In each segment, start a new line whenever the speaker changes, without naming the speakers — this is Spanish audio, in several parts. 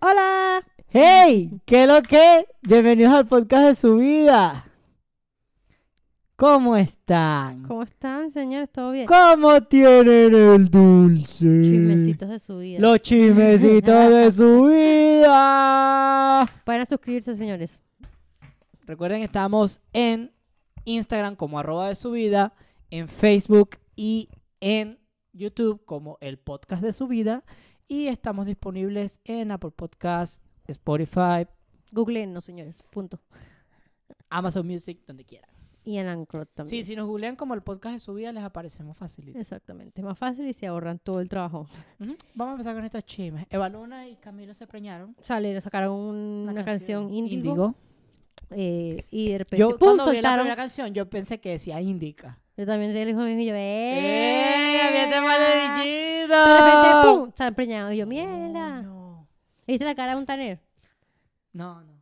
Hola.
¡Hey! ¿Qué lo que? Bienvenidos al podcast de su vida. ¿Cómo están?
¿Cómo están, señores? ¿Todo bien?
¿Cómo tienen el dulce?
Chismecitos de su vida.
Los chismecitos de su vida.
Vayan a suscribirse, señores.
Recuerden, estamos en Instagram como arroba de su vida, en Facebook y en YouTube como el podcast de su vida. Y estamos disponibles en Apple Podcast, Spotify,
Googleennos, señores. Punto.
Amazon Music, donde quieran.
Y en Anchor también.
Sí, si nos googlean como el podcast de su vida, les aparecemos facilito.
Exactamente. Más fácil y se ahorran todo el trabajo.
Ujú. Vamos a empezar con estos chismes. Eva Luna y Camilo se preñaron.
Salieron, sacaron un- una, canción, índigo.
Índigo.
eh, y de repente,
Yo
¡pum!
cuando vi la
soltaron.
primera canción, yo pensé que decía Índica.
Yo también le dijo a mi hijo, yo, ¡eh!
¡Eh! ¡Vete
De repente,
maravillito!
¡pum! Están preñados. Y yo, ¡mierda!
No,
¿Viste la cara de un taner?
no, no.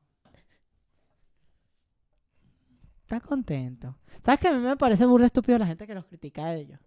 Está contento. ¿Sabes que a mí me parece burda estúpido la gente que los critica a ellos?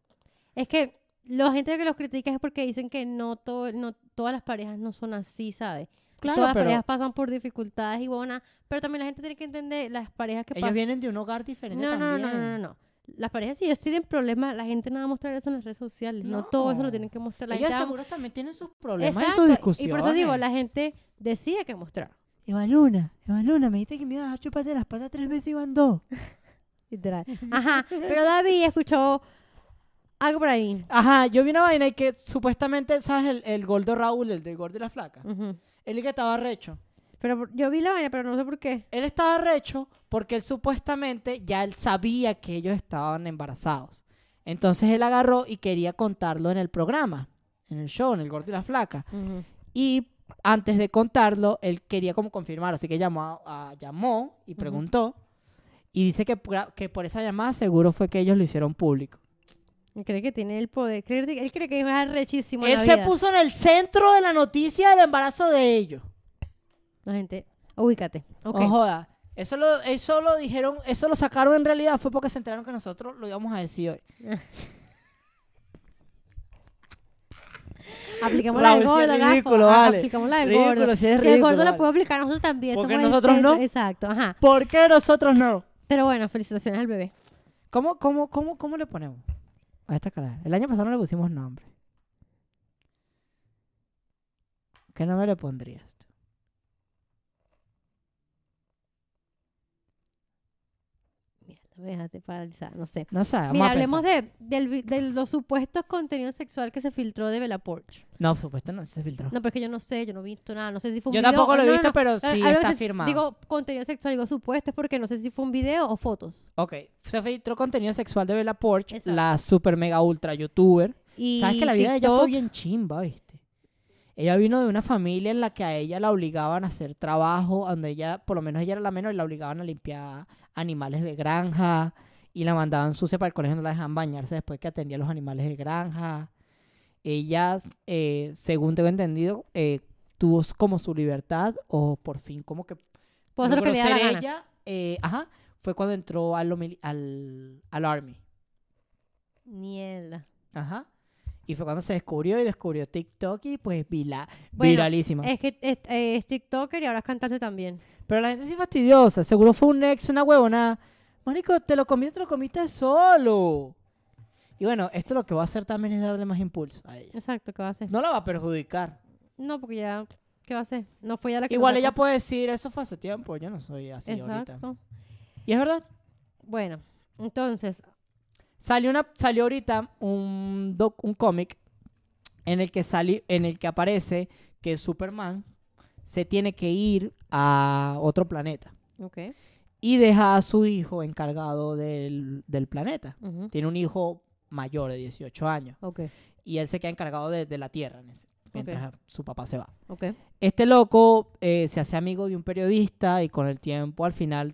Es que la gente que los critica es porque dicen que no, todo, no todas las parejas no son así, ¿sabes?
Claro,
todas las
pero
parejas pasan por dificultades y buenas, pero también la gente tiene que entender las parejas que
ellos
pasan.
vienen de un hogar diferente
No, no, no,
también.
no, no, no, no. Las parejas, si ellos tienen problemas, la gente no va a mostrar eso en las redes sociales. No, todo eso lo
No.
tienen que mostrar. La
Ellos
gente va a-
seguros también tienen sus problemas y
Exacto,
sus discusiones.
Y por eso digo, la gente decide que mostrar.
Eva Luna, Eva Luna, me dijiste que me ibas a chuparte las patas tres veces y van dos.
Literal. Ajá. Pero David escuchó algo por ahí.
Ajá, yo vi una vaina y que supuestamente, ¿sabes? El, el gordo Raúl, el del gordo y la flaca.
Ujú.
Él que estaba recho.
Pero por- yo vi la vaina, pero no sé por qué.
Él estaba recho porque él supuestamente ya él sabía que ellos estaban embarazados. Entonces él agarró y quería contarlo en el programa, en el show, en el gordo y la flaca.
Ujú.
Y antes de contarlo, él quería como confirmar, así que llamó, a- a- llamó y
Ujú.
preguntó. Y dice que, pura- que por esa llamada seguro fue que ellos lo hicieron público.
Él Cree que tiene el poder. Cree que- él cree que es arrechísimo. en
Él
la
se
vida.
puso en el centro de la noticia del embarazo de ellos.
La gente, ubícate. Ok.
No joda. Eso lo, eso lo dijeron, eso lo sacaron en realidad fue porque se enteraron que nosotros lo íbamos a decir hoy.
Aplicamos la del
Raúl, sí es
gordo, gafo.
ridículo,
Ajá,
vale.
Aplicamos la del
Ridículo,
gordo.
sí es
el gordo
ridículo,
la
vale.
puede aplicar, nosotros también.
¿Por qué
somos el
nosotros
centro.
no?
Exacto, ajá.
¿Por qué nosotros no?
Pero bueno, felicitaciones al bebé.
¿Cómo, cómo, cómo, cómo le ponemos a esta cara? El año pasado no le pusimos nombre. ¿Qué nombre le pondrías tú?
Mierda, me dejaste paralizada, no sé.
No sé, vamos
Mira,
a
hablemos
pensar.
de, del vi- de los supuestos contenidos sexuales que se filtró de Bella Porch.
No, por supuesto no se filtró.
No, pero es que yo no sé, yo no he visto nada, no sé si fue un
Yo
video.
tampoco
o-
lo he
no, no,
visto,
no.
pero
Ah,
sí
algo
está
que-
firmado.
Digo contenido sexual, digo supuesto, es porque no sé si fue un video o fotos.
Ok, se filtró contenido sexual de Bella Porch,
Exacto.
la super mega ultra youtuber.
Y
¿Sabes que la vida de ella
TikTok,
fue bien chimba, viste? Ella vino de una familia en la que a ella la obligaban a hacer trabajo, donde ella, por lo menos ella era la menor, y la obligaban a limpiar animales de granja y la mandaban sucia para el colegio, no la dejaban bañarse después que atendía a los animales de granja. Ella, eh, según tengo entendido, eh, tuvo como su libertad o por fin como que
Puedo hacer lo que le da la
logró ser
gana.
ella, eh, ajá, fue cuando entró a lo mili- al, al Army.
Mierda.
Ajá. Y fue cuando se descubrió y descubrió TikTok y pues vila,
Bueno,
viralísima.
Es que es, eh, es TikToker y ahora es cantante también.
Pero la gente sí es fastidiosa. Seguro fue un ex, una huevona. Marico, te lo comiste, te lo comiste solo. Y bueno, esto lo que va a hacer también es darle más impulso a ella.
Exacto, ¿qué va a hacer?
No la va a perjudicar.
No, porque ya, ¿qué va a hacer? No fue ya la que
Igual
lo
ella
sacó.
puede decir, eso fue hace tiempo, yo no soy así
Exacto.
ahorita. Y es verdad.
Bueno, entonces,
Salió, una, salió ahorita un, doc- un cómic en el que sali- en el que aparece que Superman se tiene que ir a otro planeta
ok.
y deja a su hijo encargado del, del planeta.
ujú,
Tiene un hijo mayor de 18 años
Ok,
y él se queda encargado de, de la Tierra en ese- mientras su papá se va.
ok.
Este loco eh, se hace amigo de un periodista y con el tiempo al final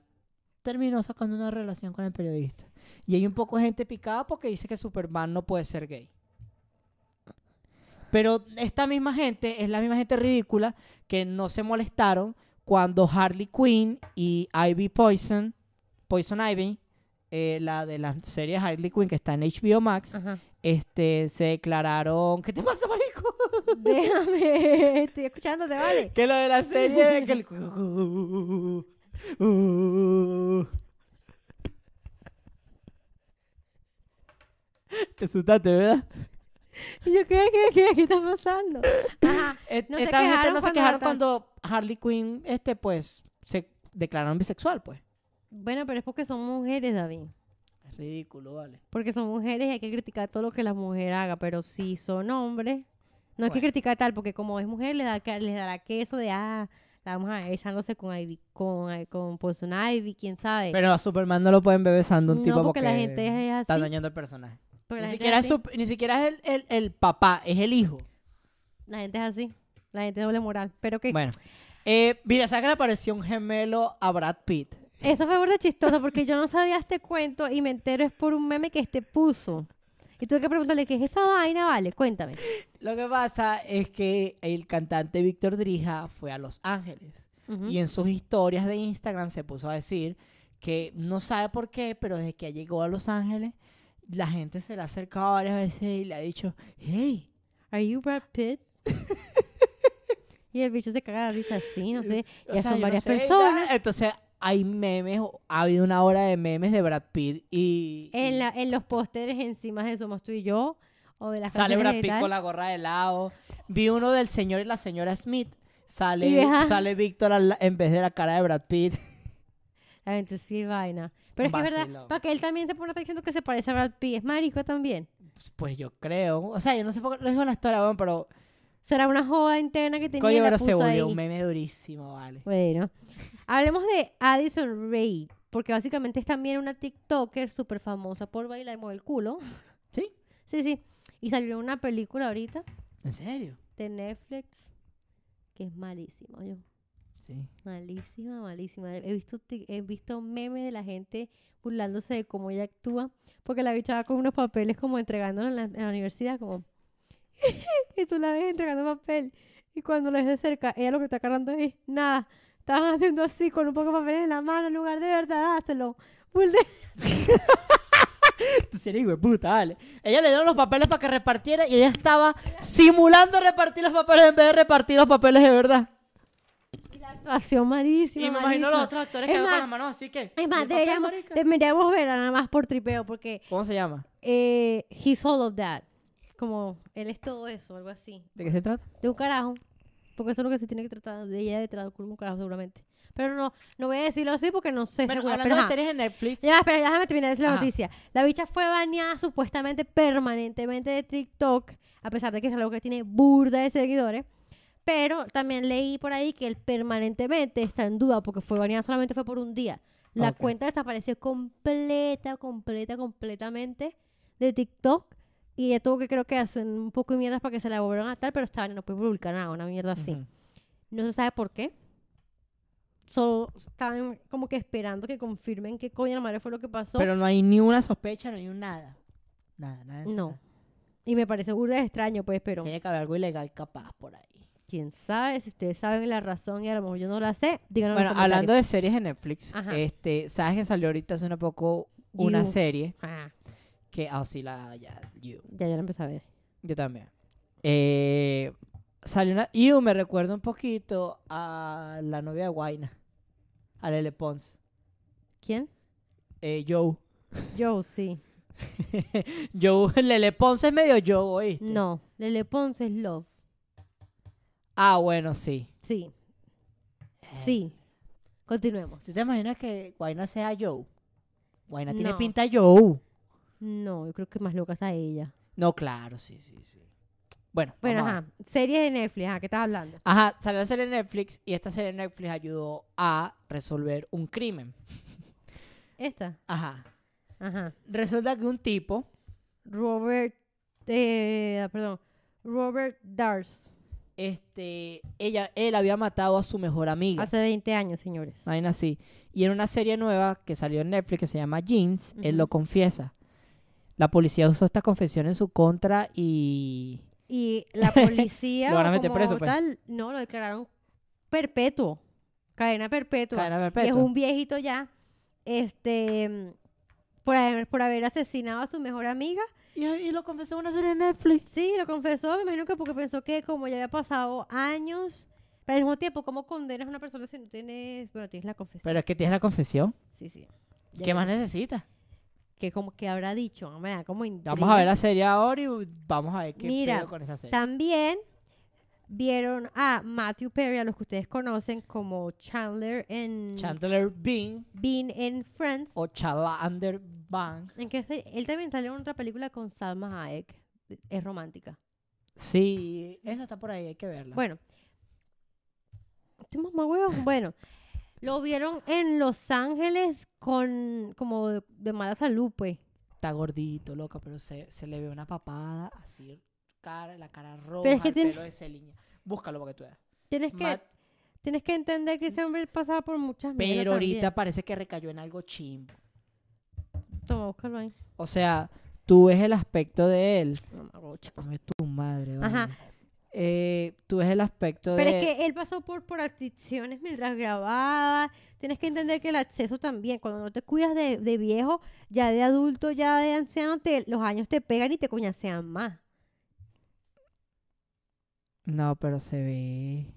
terminó sacando una relación con el periodista. Y hay un poco de gente picada porque dice que Superman no puede ser gay. Pero esta misma gente es la misma gente ridícula que no se molestaron cuando Harley Quinn y Ivy Poison, Poison Ivy, eh, la de la serie Harley Quinn que está en HBO Max,
Ajá.
este, se declararon... ¿Qué te pasa, marico?
Déjame, estoy escuchando, ¿te vale?
Que lo de la serie de que uh, el... Te asustaste, ¿verdad?
Y yo, ¿qué, qué, qué, qué está pasando? Ajá,
Et-
No se
Eh, Esta gente
quejaron
no se
cuando
quejaron
matan-
cuando Harley Quinn, este, pues, se declararon bisexual, pues.
bueno, pero es porque son mujeres, David.
Es ridículo, vale.
Porque son mujeres y hay que criticar todo lo que la mujer haga, pero si son hombres, no hay que
Bueno.
criticar tal, porque como es mujer, le, da, que- le dará queso de, ah, la vamos a ver besándose con Ivy, con, con Poison Ivy, quién sabe.
Pero a Superman no lo pueden ver besando un
No,
tipo
porque la gente es así.
está dañando el personaje.
Porque la
Ni
gente
siquiera,
es
es
así.
su- ni siquiera es el, el- el papá, es el hijo.
La gente es así. La gente es doble moral. Pero que
Bueno. Eh, mira, ¿sabes que le apareció un gemelo a Brad Pitt?
eso fue burda chistoso porque yo no sabía este cuento y me entero es por un meme que este puso. Y tuve que preguntarle, ¿qué es esa vaina? Vale, cuéntame.
Lo que pasa es que el cantante Víctor Drija fue a Los Ángeles
Ujú.
y en sus historias de Instagram se puso a decir que no sabe por qué, pero desde que llegó a Los Ángeles, la gente se le ha acercado varias veces y le ha dicho, hey,
¿Are you Brad Pitt? y el bicho se caga la risa así, no sé.
O
Ya
sea,
son
yo no
varias
sé, ya,
personas.
Entonces, hay memes, o- ha habido una hora de memes de Brad Pitt y. y
En, la- en los pósteres encima de Somos tú y yo. O de las
sale
canciones
Brad
de
Pitt
tal.
con la gorra de lado. Vi uno del señor y la señora Smith. Sale,
Y deja-
sale Víctor al- en vez de la cara de Brad Pitt.
La gente sí vaina. Pero es que es verdad,
Vacilón.
para que él también se pone a estar diciendo que se parece a Brad Pitt. Es marico también.
Pues yo creo. O sea, yo no sé por qué lo digo en la historia, weón, pero.
Será una joda interna que tenía y la
Coño, pero se
puso
volvió
ahí.
un meme durísimo, vale.
Bueno, hablemos de Addison Rae, porque básicamente es también una TikToker súper famosa por bailar y mover el culo.
¿Sí?
Sí, sí. Y salió en una película ahorita
¿En serio?
de Netflix que es malísima, yo.
Sí.
Malísima, malísima. He visto, ti- he visto memes de la gente burlándose de cómo ella actúa, porque la bicha va con unos papeles como entregándolos en la, en la universidad, como... y tú la ves entregando papel, y cuando la ves de cerca, ella lo que está agarrando es nada. Estaban haciendo así, con un poco de papel en la mano, en lugar de verdad, dárselo. Full de-
Tú sí eres hijo de puta, vale. Ella le dieron los papeles para que repartiera y ella estaba simulando repartir los papeles en vez de repartir los papeles de verdad.
Y la actuación malísima.
Y me imagino los
malísima.
otros actores
Es
que van
más-
con las manos así que.
Es más,
¿y el papel,
deberíamos,
marica?
deberíamos ver nada más por tripeo, porque
¿Cómo se llama?
eh, he's all of that. Como él es todo eso, algo así.
¿De qué se trata?
De un carajo. Porque eso es lo que se tiene que tratar de ella de tratar con un carajo seguramente. Pero no, no voy a decirlo así porque no sé
Bueno,
segura,
hablando
pero
de
ajá.
series en Netflix.
Ya, espera, déjame terminar de decir la
Ajá.
noticia. La bicha fue baneada supuestamente permanentemente de TikTok, a pesar de que es algo que tiene burda de seguidores. Pero también leí por ahí que él permanentemente está en duda porque fue baneada solamente fue por un día. La
Ok.
cuenta desapareció completa, completa, completamente de TikTok. Y ya tuvo que creo que hacer un poco de mierdas para que se la volvieran a tal, pero estaba no puede publicar nada, una mierda así.
Ujú.
No se sabe por qué. Solo estaban como que esperando que confirmen qué coño de la madre fue lo que pasó.
Pero no hay ni una sospecha, no hay un nada. Nada, nada. de eso.
no. Y me parece burda de extraño, pues, pero
Tiene que haber algo ilegal capaz por ahí.
quién sabe, si ustedes saben la razón y a lo mejor yo no la sé, díganlo
Bueno,
en los
hablando de series en Netflix,
Ajá.
este, sabes que salió ahorita hace un poco una
You.
serie
comentarios. Ah,
que, ah, sí, la, ya, You.
ya yo la empecé a ver.
Yo también. Eh, salió una. You me recuerda un poquito a la novia de Guaina. A Lele Pons.
¿Quién?
Eh, Joe.
Yo, sí.
Joe. Lele Pons es medio Joe, ¿oíste?
No, Lele Ponce es Love.
Ah, bueno, sí.
Sí,
Eh.
sí. Continuemos.
¿Tú te imaginas que Guaina sea Joe? Guaina tiene
No.
pinta Joe.
No, yo creo que más loca está ella.
No, claro, sí, sí, sí. Bueno,
Bueno,
vamos a ver.
ajá. Series de Netflix, ajá, ¿qué estás hablando?
Ajá, salió la serie de Netflix y esta serie de Netflix ayudó a resolver un crimen.
Esta.
Ajá.
Ajá.
Resulta que un tipo
Robert, eh, perdón, Robert Dars,
este, ella, él había matado a su mejor amiga.
hace 20 años, señores.
Vaina así. Y en una serie nueva que salió en Netflix que se llama Jeans, él
Ujú.
lo confiesa. La policía usó esta confesión en su contra y...
Y la policía,
Lo van a
o
meter
como
preso, pues.
tal, no, lo declararon perpetuo, cadena perpetua.
Cadena
Y es
perpetua.
un viejito ya, este, por haber, por haber asesinado a su mejor amiga
Y, y lo confesó en una serie de Netflix.
Sí, lo confesó, me imagino que porque pensó que como ya había pasado años, pero al mismo tiempo, ¿cómo condenas a una persona si no tienes, bueno, tienes la confesión?
Pero es que tienes la confesión.
sí, sí. Ya
¿Qué
que-
más necesitas?
Que como que habrá dicho, me da como
Vamos a ver
intriga.
la serie ahora y vamos a ver qué
Mira,
pedo con esa serie.
También vieron a Matthew Perry, a los que ustedes conocen como Chandler en
Chandler Bing
Bean en Friends.
o Chalander Bang.
En que se- él también salió en otra película con Salma Hayek. Es romántica.
Sí, esa está por ahí, hay que verla.
Bueno. Este mamá huevo, Bueno. Lo vieron en Los Ángeles con como de, de mala salud, pues.
está gordito, loca, pero se, se le ve una papada así, cara, la cara roja,
es que
el
tiene-
pelo de Celine. Búscalo para que tú veas.
Tienes que,
Matt-
tienes que entender que ese hombre pasaba por muchas mierdas
pero ahorita
también.
parece que recayó en algo chimbo.
Toma, búscalo ahí.
O sea, tú ves el aspecto de él.
Mamá huevo, chico.
Come tu madre, vale.
Ajá.
Eh, tú ves el aspecto
Pero
de
es que él pasó por, por adicciones mientras grababa. Tienes que entender que el acceso también, cuando no te cuidas de, de viejo, ya de adulto, ya de anciano, te, los años te pegan y te coñacean más.
No, pero se ve.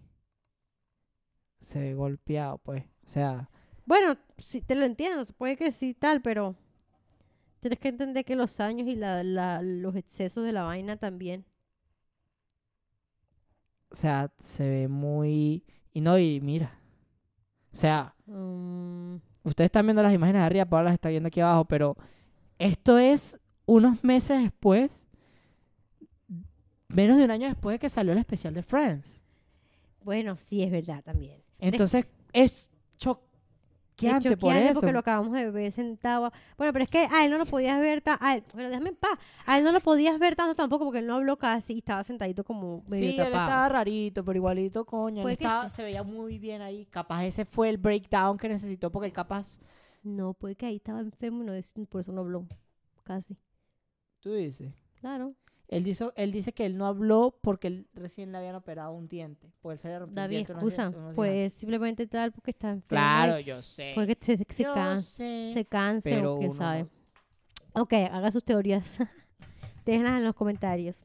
Se ve golpeado, pues. O sea,
Bueno, sí, te lo entiendo, puede que sí, tal, pero tienes que entender que los años y la- la- los excesos de la vaina también.
o sea, se ve muy. Y no, y mira. O sea,
Mm,
ustedes están viendo las imágenes de arriba, Paola las está viendo aquí abajo, pero esto es unos meses después. Menos de un año después de que salió el especial de Friends.
bueno, sí, es verdad también. Pero es
Entonces, es choqueante por
choqueante
eso.
porque lo acabamos de ver sentado. Bueno, pero es que a él no lo podías ver tan. A él, bueno, déjame en paz. A él no lo podías ver tanto tampoco porque él no habló casi y estaba sentadito como medio
Sí, él
tapado.
estaba rarito, pero igualito, coño. él
Puede que
estaba- se veía muy bien ahí. Capaz ese fue el breakdown que necesitó porque él capaz...
No, puede que ahí estaba enfermo y no es, por eso no habló. Casi.
Tú dices.
Claro.
Él, dice- él dice que él no habló porque él recién le habían operado un diente. Porque él se le rompió un
David,
diente, unos dientes,
excusa.
unos dientes.
Pues simplemente tal porque está enfermo.
Claro, yo sé.
Puede que se, se
yo
canse.
sé.
Se canse
pero
o quién
uno
sabe.
no.
Ok, haga sus teorías. Déjenlas en los comentarios.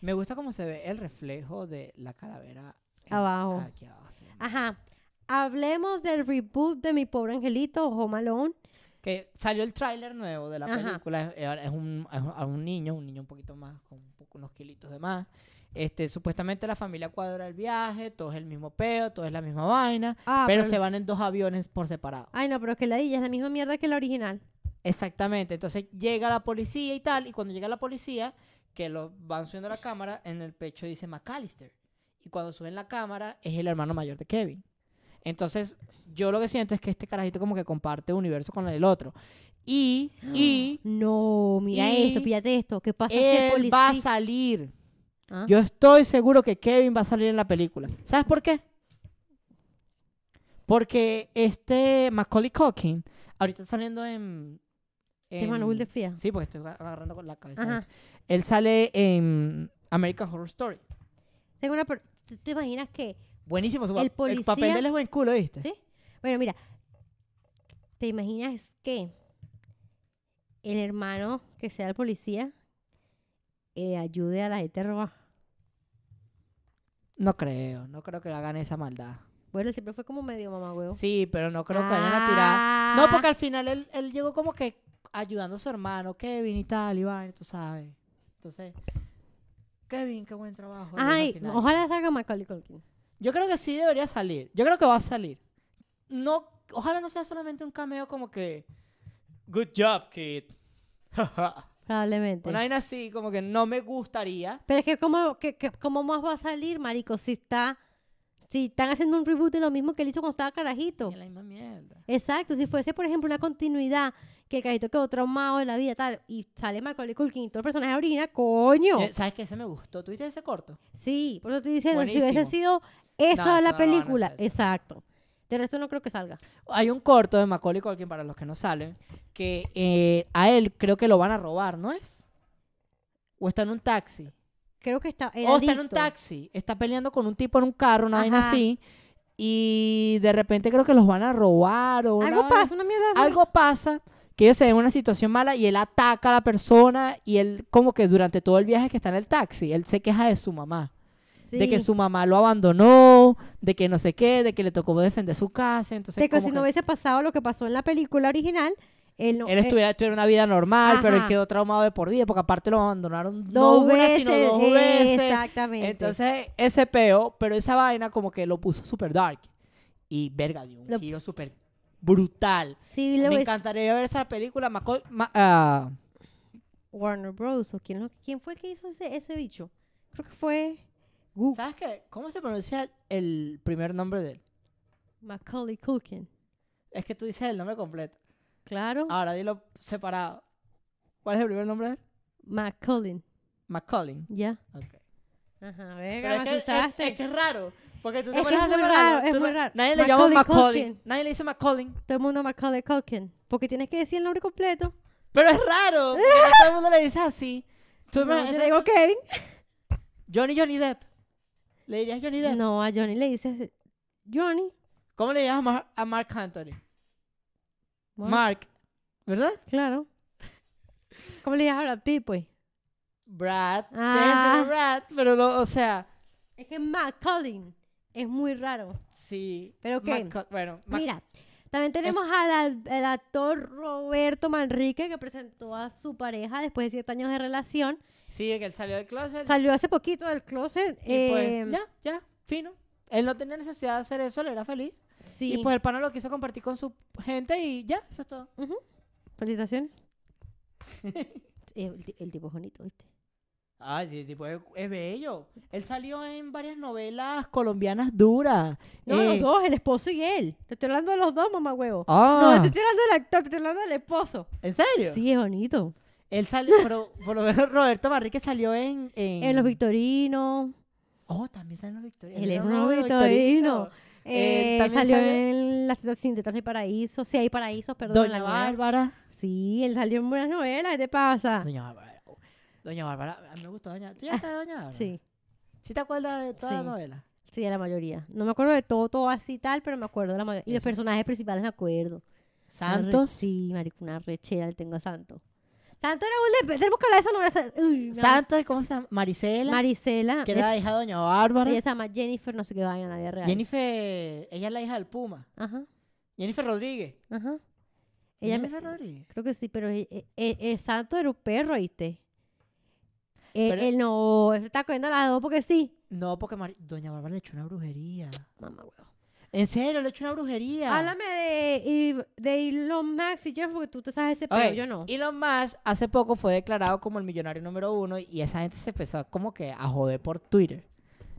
Me gusta cómo se ve el reflejo de la calavera. en-
Abajo.
Aquí abajo. sí.
Ajá. Hablemos del reboot de mi pobre angelito, Home Alone.
Que salió el tráiler nuevo de la
Ajá.
película. eh, Es, es un, es un- a un niño, un niño un poquito más, con un poco- unos kilitos de más. Este, supuestamente la familia cuadra el viaje, todo es el mismo peo, todo es la misma vaina,
Ah,
pero se van en dos aviones por separado.
Ay, no, pero es que la dilla es la misma mierda que la original.
Exactamente. Entonces llega la policía y tal, y cuando llega la policía, que lo van subiendo la cámara, en el pecho dice McAllister. Y cuando suben la cámara, es el hermano mayor de Kevin. Entonces, yo lo que siento es que este carajito como que comparte universo con el otro. Y, y
No, mira
Y
esto, píllate esto. ¿Qué pasa si el
él va a
policía?
salir.
Ah.
Yo estoy seguro que Kevin va a salir en la película. ¿Sabes por qué? Porque este Macaulay Culkin ahorita está saliendo en...
Este Manuel de Fría.
Sí, porque estoy aga- agarrando con la cabeza.
Ajá.
ahorita. Él sale en American Horror Story.
Tengo una. per- ¿Tú te imaginas que?
Buenísimo.
El
Su el, el papel
policía-
de él es buen culo, ¿viste?
Sí. Bueno, mira. ¿Te imaginas que el hermano que sea el policía eh, ayude a la gente a robar?
No creo. No creo que hagan esa maldad.
Bueno, él siempre fue como medio mamá huevo. Ah.
Sí, pero no creo que vayan a tirar... No, porque al final él, él llegó como que ayudando a su hermano, Kevin y tal, y vaina, tú sabes. Entonces, Kevin, qué buen trabajo. le dijo al
Ay,
final.
ojalá salga Macaulay Culkin.
Yo creo que sí debería salir. Yo creo que va a salir. No, ojalá no sea solamente un cameo como que. Good job, kid.
Probablemente.
Una vaina así, como que no me gustaría.
Pero es que ¿cómo, que, que- cómo más va a salir, marico? Si está... Si están haciendo un reboot de lo mismo que él hizo cuando estaba carajito.
la misma mierda.
Exacto. Si fuese, por ejemplo, una continuidad que el carajito quedó traumado de la vida tal y sale Macaulay Culkin y todo el personaje original, ¡coño!
Eh, ¿Sabes qué? Ese me gustó. ¿Tuviste ese corto?
Sí, por eso estoy diciendo, si
Buenísimo.
hubiese sido eso
No, eso no lo
la
van a
película.
hacer, eso.
Exacto. De resto no creo que salga.
Hay un corto de Macaulay Culkin, para los que no saben, que eh, a él creo que lo van a robar, ¿no es? O está en un taxi.
Creo que está... era
O está en un
adicto.
taxi. Está peleando con un tipo en un carro, una vaina
Ajá.
así. Y de repente creo que los van a robar o una
Algo
vaina-
pasa, una mierda. así.
Algo pasa que ellos se ven en una situación mala y él ataca a la persona y él como que durante todo el viaje que está en el taxi, él se queja de su mamá. De que
Sí.
su mamá lo abandonó, de que no sé qué, de que le tocó defender su casa. Entonces,
de que
como
si
que
no hubiese pasado lo que pasó en la película original, él no.
él
eh,
estuviera, tuviera una vida normal, pero él
Ajá.
quedó traumado de por vida, porque aparte lo abandonaron no
dos
una,
veces.
sino dos
eh,
veces.
Exactamente.
Entonces, ese peo, pero esa vaina como que lo puso super dark. Y verga, dio un
Lo-
giro super brutal.
sí, lo
Me
ves-
encantaría ver esa película. Maco- ma- ah,
Warner Bros. ¿o quién, lo- quién fue que hizo ese, ese bicho? Creo que fue Gu-
¿Sabes qué? ¿Cómo se pronuncia el primer nombre de él?
Macaulay Culkin. Ah.
Es que tú dices el nombre completo.
Claro.
Ahora dilo separado. ¿Cuál es el primer nombre de él?
Macaulay.
McCollin.
ya.
Ok.
Ajá, verga,
Pero
me
es, que, es-
asustaste.
es que es raro. Porque tú te
Es que
pones a
es muy
separarlo,
raro, es
tú
muy
no-
raro.
Nadie le llama
Macaulay
McCollin.
Culkin.
Nadie le dice McCollin.
Todo el mundo Macaulay Culkin. Porque tienes que decir el nombre completo.
Pero es raro. porque no todo el mundo le dice así. Tú
No,
me-
yo le digo Kevin.
Johnny Johnny Depp. ¿Le dirías Johnny Depp?
No, a Johnny le dices Johnny.
¿Cómo le dirías a, Mar- a Mark Anthony?
Mark.
Mark. ¿Verdad?
Claro. ¿Cómo le dices a Brad Pitt, pues?
Brad. Pitt,
Ah.
Brad. Pero, no, o sea,
Es que Macaulay es muy raro.
sí.
Pero qué.
Mac- bueno, Mac-
Mira, también tenemos al, al- al actor Roberto Manrique que presentó a su pareja después de siete años de relación.
sí, que él salió del closet.
Salió hace poquito del closet.
y
eh,
pues, ya, ya, fino. Él no tenía necesidad de hacer eso, él era feliz.
Sí.
Y pues el pana lo quiso compartir con su gente y ya, eso es todo.
Felicitaciones. Eh, el, ti- el tipo es bonito, ¿viste?
Ay, Ah, sí, tipo, es, es bello. Él salió en varias novelas colombianas duras.
No,
Eh,
los dos, el esposo y él. Te estoy hablando de los dos, mamá huevo. No,
ah,
te estoy hablando del actor, te estoy hablando del esposo.
¿En serio?
Sí, es bonito.
Él salió, pero por lo menos Roberto Manrique salió en... En,
En Los Victorinos.
Oh, también salió en Los Victorinos.
Él es
era
un
uno de los
victorino.
Victorinos.
Eh,
Él también
salió
salió-
en La ciudad sin detrás del paraíso. Sí, hay paraísos, perdón. en la
Doña
nueva.
Bárbara.
Sí, él salió en buenas novelas, ¿qué te pasa?
Doña Bárbara. oh, Doña Bárbara, a mí me gustó Doña... ¿Tú ya sabes Doña Bárbara?
Sí,
¿Sí te acuerdas de toda la
Sí.
novela?
sí, de la mayoría. No me acuerdo de todo, todo así tal, pero me acuerdo de la mayoría. Y los
Eso.
personajes principales me acuerdo. Una re-
Santos.
Sí, marico, una rechera le tengo a Santo. Santo era un de... Tenemos que hablar de esa novela. Sa- Uy, una-
Santos, ¿cómo se llama? Maricela.
Marisela.
que era la hija de Doña Bárbara.
es- Ella se llama Jennifer, no sé qué vaina, en la vida real.
Jennifer, ella es la hija del Puma.
Ajá,
Jennifer Rodríguez.
ajá. Ella me-
Jennifer Rodríguez.
Creo que sí, pero e, el, el- el- el Santo era un perro, ¿viste? Eh,
Pero-
él no, él está cogiendo a las dos porque sí.
No, porque Mari- Doña Bárbara le echó una brujería.
Mamá, huevo.
En serio, le echó una brujería.
Háblame de, y- de Elon Musk y Jeff, porque tú te sabes ese
Ok,
pero yo no.
Elon Musk hace poco fue declarado como el millonario número uno y esa gente se empezó como que a joder por Twitter.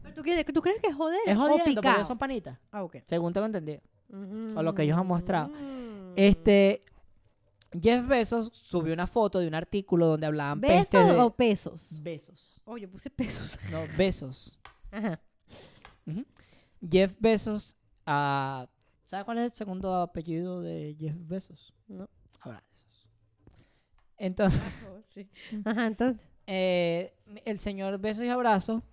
¿Pero tú, quieres- tú crees que es joder
Es
o
jodiendo, pero
picado?
ellos son panitas,
Ah, ok.
según tengo entendido.
O
O lo que ellos han mostrado.
Mm.
Este, Jeff Bezos subió una foto de un artículo donde hablaban
¿Besos
peste de...
o pesos?
Besos.
Oh, yo puse pesos.
No, besos.
Ajá.
Jeff Bezos. ah, ¿Sabes cuál es el segundo apellido de Jeff Bezos?
No.
Abrazos. Entonces,
sí.
Mm.
Ajá, entonces.
eh, el señor Bezos y Abrazo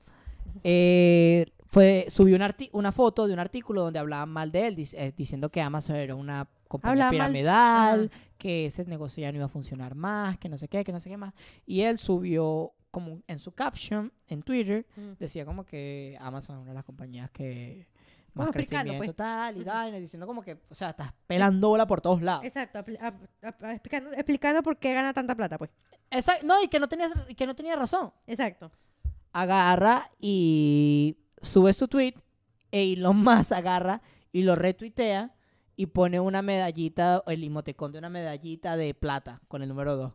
eh, fue, subió un arti- una foto de un artículo donde hablaban mal de él, dic- eh, diciendo que Amazon era una compañía
Hablaba mal-
piramidal, que ese negocio ya no iba a funcionar más, que no sé qué, que no sé qué más. Y él subió como en su caption en Twitter decía como que Amazon es una de las compañías que más
Bueno, explicando, pues.
crecimiento tal y
Ujú.
tal, y diciendo como que, o sea, estás pelando bola por todos lados.
Exacto, apli- ap- ap- explicando, explicando por qué gana tanta plata, pues.
Exacto, no, y que no tenía y que no tenía razón.
Exacto.
Agarra y sube su tweet e Elon Musk agarra y lo retuitea y pone una medallita, el emoticón de una medallita de plata con el número 2.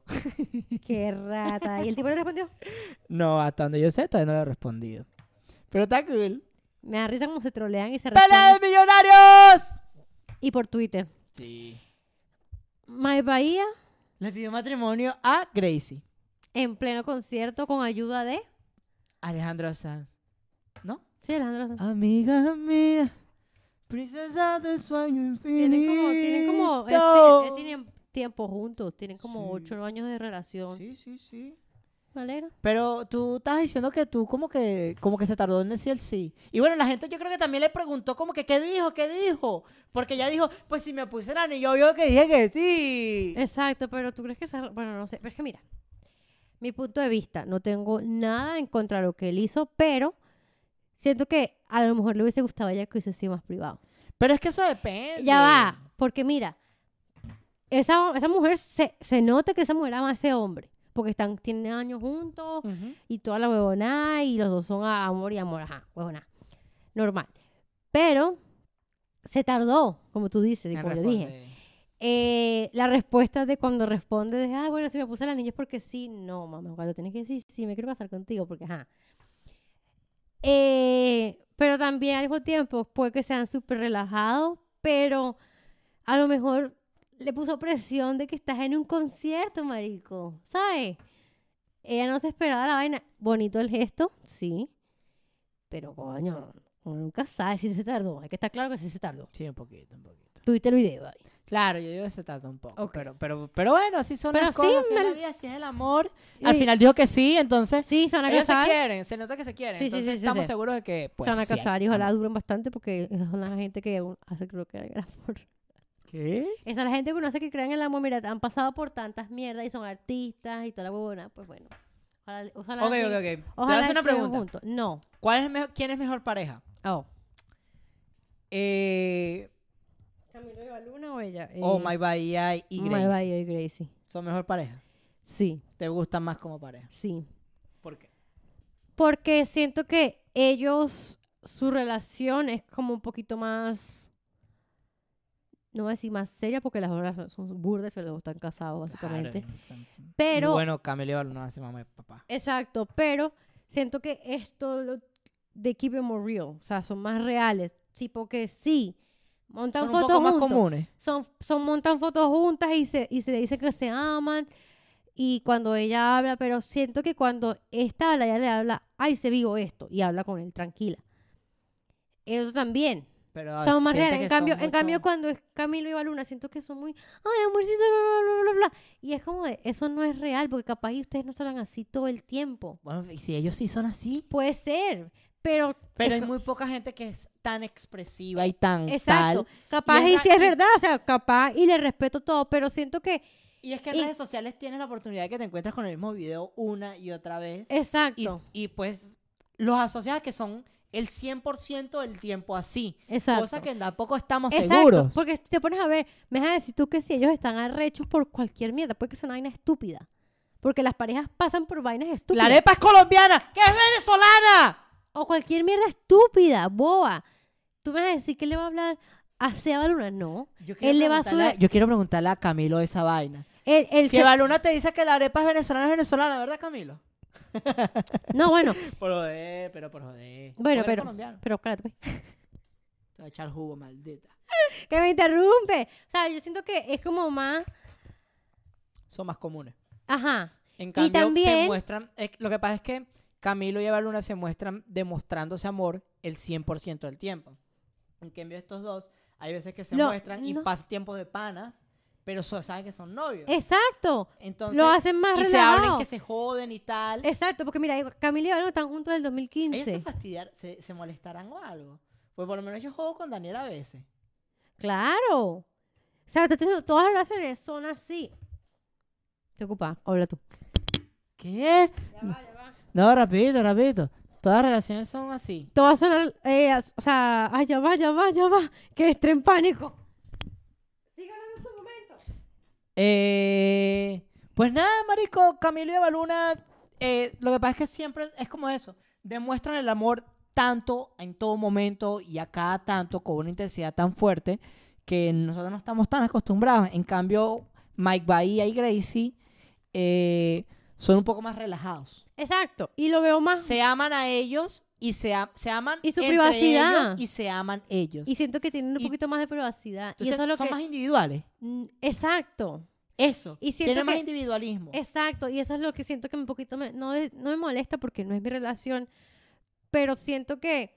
Qué rata. ¿Y el tipo le respondió?
No, hasta donde yo sé, todavía no le he respondido. Pero está cool.
Me da risa como se trolean y se
¡Pelea
responden.
de millonarios!
Y por Twitter.
Sí.
My Bahía
Le pidió matrimonio a Gracie.
en pleno concierto con ayuda de...
Alejandro Sanz. ¿No?
Sí, Alejandro Sanz.
Amiga mía, princesa del sueño infinito.
Tienen como... Tienen como... este, eh, tienen tiempo juntos. Tienen como
Sí.
ocho años de relación.
Sí, sí, sí.
Me alegro.
Pero tú estás diciendo que tú como que, como que se tardó en decir el sí. Y bueno, la gente yo creo que también le preguntó como que qué dijo, qué dijo. Porque ella dijo, pues si me puse el anillo, yo que dije que sí.
Eh. Exacto, pero tú crees que esa- Bueno, no sé, pero es que mira, mi punto de vista, no tengo nada en contra de lo que él hizo, pero siento que a lo mejor le hubiese gustado a ella que hubiese sido más privado.
Pero es que eso depende.
Ya va, porque mira, esa, esa mujer, se, se nota que esa mujer ama a ese hombre, porque están, tienen años juntos,
Ujú.
y toda la huevonada y los dos son a- amor y amor, ajá, huevonada. Normal. Pero se tardó, como tú dices, y
Me
como yo
responde.
dije. Eh, la respuesta de cuando responde de, ah, bueno, si me puse el anillo es porque sí, no, mamá, cuando tienes que decir, sí, me quiero casar contigo, porque ajá. Eh, pero también al mismo tiempo puede que sean súper relajados, pero a lo mejor le puso presión de que estás en un concierto, marico, ¿sabes? Ella no se esperaba la vaina. Bonito el gesto, sí, pero coño, uno nunca sabe si se tardó. Hay que estar claro que sí se tardó.
Sí, un poquito, un poquito.
Tuviste el video ahí.
Claro, yo digo que se tardó un poco.
Ok.
Pero, pero, pero bueno, así son
Pero
las
sí,
cosas. Así es
me-
la vida, así es el amor. Al
Y-
final dijo que sí, entonces...
Sí, se van a
Ellos se
casar.
quieren, se nota que se quieren.
Sí, sí, sí,
entonces
sí,
estamos
sí.
seguros de que... Pues,
se van a
sí hay
casar y ojalá
amor.
duren bastante porque esa son la gente que uno hace creo que en el amor.
¿Qué?
Esa es la gente que uno hace que crean en el amor. Mira, han pasado por tantas mierdas y son artistas y toda la huevona. Pues bueno. Ojalá, ojalá,
Ok, ok, ok. Te voy a hacer una
estuvieran
pregunta.
juntos. No.
¿Cuál es mejor, ¿Quién es mejor pareja?
Oh.
Eh,
¿Camilo de Luna o ella? Eh,
o Oh, My Bahía y y
Oh, My E
Grace.
Bahía y Gracie.
¿Son mejor pareja?
Sí,
¿Te gustan más como pareja?
sí.
¿Por qué?
Porque siento que ellos, su relación es como un poquito más, no voy a decir más seria, porque las horas son burdas, se los dos están casados básicamente. Pero,
bueno, Camilo no hace mamá y papá.
exacto, pero siento que esto lo- de Keep It More Real, o sea, son más reales. Sí, porque sí, montan
Son un
fotos
poco más
juntos,
comunes.
Son, son montan fotos juntas y se, y se dice que se aman. Y cuando ella habla, pero siento que cuando esta habla, ella le habla, ay, se vivo esto, y habla con él tranquila. Eso también.
Pero
son más
sientes
reales. En
que son
cambio, en
mucho-
cambio, cuando es Camilo y Baluna, siento que son muy, ay, amorcito, bla, bla, bla, bla, bla. Y es como, de, eso no es real, porque capaz y ustedes no se hablan así todo el tiempo.
Bueno, y si ellos sí son así.
Puede ser, pero.
Pero hay muy poca gente que es tan expresiva y tan
Exacto.
tal.
Capaz
es
y,
ra-
si es
y-
verdad, o sea, capaz y le respeto todo, pero siento que.
Y es que en
Y-
redes sociales tienes la oportunidad de que te encuentras con el mismo video una y otra vez. Y,
Exacto.
y, pues los asocias a que son el 100% del tiempo así.
exacto.
Cosa que tampoco estamos
Exacto,
seguros.
porque si te pones a ver, me vas a decir tú que si ellos están arrechos por cualquier mierda, puede que sea una vaina estúpida. Porque las parejas pasan por vainas
La
estúpidas.
arepa es colombiana, que es venezolana.
O cualquier mierda estúpida, boba. Tú me vas a decir que él le va a hablar a Seba Luna. No.
Yo
quiero Él le va a
preguntarle
subir-
Yo quiero preguntarle a Camilo esa vaina.
Él- él
Si
se-
Evaluna te dice que la arepa es venezolana, es venezolana, ¿verdad, Camilo?
No, bueno.
Por joder, pero por joder.
Bueno,
Porque eres
pero-
colombiano.
Pero cállate, pues.
Te va a echar jugo, maldita.
Que me interrumpe. O sea, yo siento que es como más.
Son más comunes.
Ajá.
En cambio, se
también-
muestran... es- lo que pasa es que Camilo y Evaluna se muestran demostrándose amor el 100% del tiempo. En cambio, estos dos, hay veces que se
Lo-
muestran y
no.
pasan tiempos de panas, pero so- saben que son novios.
Exacto.
Entonces,
Lo hacen más
y se hablan
relajado.
que se joden y tal.
Exacto, porque mira, Camilo y Baluna están juntos del 2015.
Ellos se fastidiar, se, se molestarán o algo. Pues por lo menos yo juego con Daniel a veces.
Claro. O sea, te estoy diciendo, todas las relaciones son así. Te ocupa, habla tú.
¿Qué? No, rapidito, rapidito. Todas las relaciones son así.
Todas son, eh, as- o sea, ay, ya va, ya va, ya va, que esté en pánico. Sigue hablando en tu momento.
Eh, pues nada, marico, Camilo y Baluna, lo que pasa es que siempre es como eso. Demuestran el amor tanto, en todo momento y a cada tanto, con una intensidad tan fuerte que nosotros no estamos tan acostumbrados. En cambio, Mike Bahía y Gracie eh, son un poco más relajados.
Exacto, y lo veo más.
se aman a ellos y se, a- se aman
Y su
entre
privacidad.
ellos y se aman ellos.
Y siento que tienen un
Y-
poquito más de privacidad.
Entonces,
y eso es lo
son
que.
más individuales.
Mm, Exacto,
Eso.
Y siento
Tienen más
que-
individualismo.
exacto. Y eso es lo que siento que un poquito me- no, es- no me molesta porque no es mi relación. Pero siento que.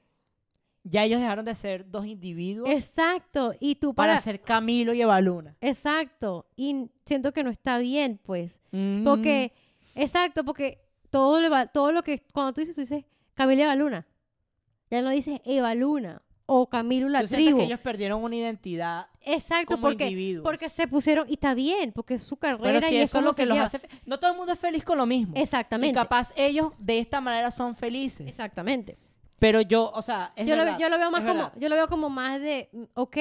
Ya ellos dejaron de ser dos individuos
Exacto. Y tú
para,
para.
ser Camilo y Evaluna.
Mm.
Mm.
Exacto. Y siento que no está bien, pues. Porque, exacto, porque todo, le va- todo lo que, cuando tú dices, tú dices Camila Eva Luna. Ya no dices Eva Luna o Camilo la
Tú sientes
tribu.
que ellos perdieron una identidad
Exacto,
como
porque,
individuos.
porque se pusieron, y está bien, porque es su carrera
Pero si
y
eso es
como
lo que
se
los
lleva.
hace... fe- No todo el mundo es feliz con lo mismo. Y
Exactamente.
capaz ellos de esta manera son felices.
Exactamente.
Pero yo, o sea, es
yo, lo,
verdad,
ve- yo lo veo
es
más
verdad.
como, yo lo veo como más de, mm, ok,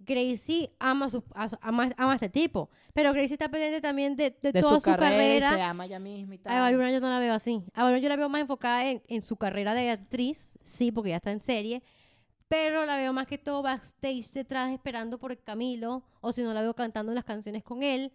Gracie ama, su- a su- ama, ama a este tipo, pero Gracie está pendiente también de, de
de
toda
su, carrera, se
carrera.
ama ella misma y tal.
A Eva Luna yo no la veo así. A Eva Luna yo la veo más enfocada en, en su carrera de actriz, sí, porque ya está en serie, pero la veo más que todo backstage detrás esperando por Camilo, o si no la veo cantando las canciones con él.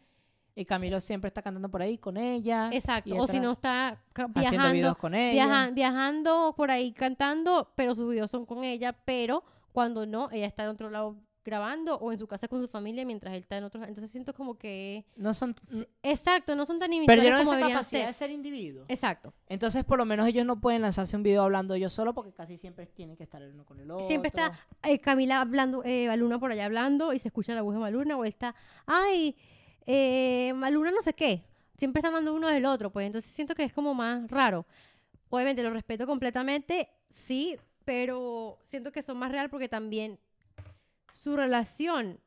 Y Camilo siempre está cantando por ahí con ella.
Exacto,
y
o si
está
no está ca-
haciendo
viajando
videos con ella.
viaja- viajando por ahí cantando, pero sus videos son con ella, pero cuando no, ella está en otro lado grabando o en su casa con su familia mientras él está en otro Entonces siento como que...
No son...
Exacto, no son tan individuales
Perdieron
como
esa
deberían
capacidad de
ser.
ser individuos.
Exacto.
Entonces, por lo menos ellos no pueden lanzarse un video hablando ellos solo porque casi siempre tienen que estar el uno con el otro.
Siempre está eh, Camila hablando, eh, Maluna por allá hablando y se escucha la voz de Maluna o él está, ay, eh, Maluna no sé qué. Siempre está hablando uno del otro, pues entonces siento que es como más raro. Obviamente lo respeto completamente, sí, pero siento que son más real porque también su relación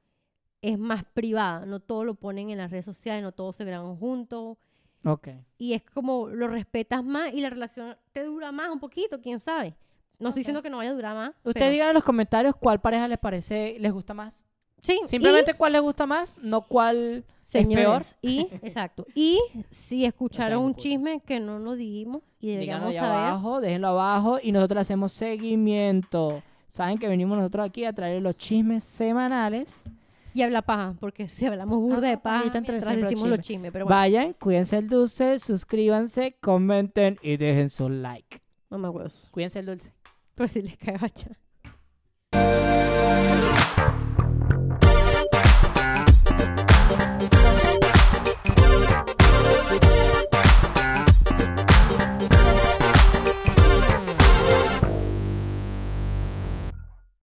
es más privada. No todo lo ponen en las redes sociales, no todos se graban juntos
Ok.
y es como lo respetas más y la relación te dura más un poquito, quién sabe. No estoy
Ok.
diciendo que no vaya a durar más.
Ustedes
pero-
digan en los comentarios cuál pareja les parece, les gusta más.
Sí,
Simplemente cuál les gusta más, no cuál
y,
es peor.
señores, y exacto. Y si escucharon
sean
un
locura.
chisme que no nos dijimos y
Díganlo
deberíamos
ahí
saber,
abajo, déjenlo abajo y nosotros le hacemos seguimiento. Saben que venimos nosotros aquí a traer los chismes semanales.
y habla paja, porque si hablamos burda de
Ah,
paja,
ahorita entre
mientras
siempre
decimos
los
los chismes, pero bueno,
Vayan, cuídense el dulce, suscríbanse, comenten y dejen su like.
no me acuerdo.
Cuídense el dulce.
Por si les cagacha.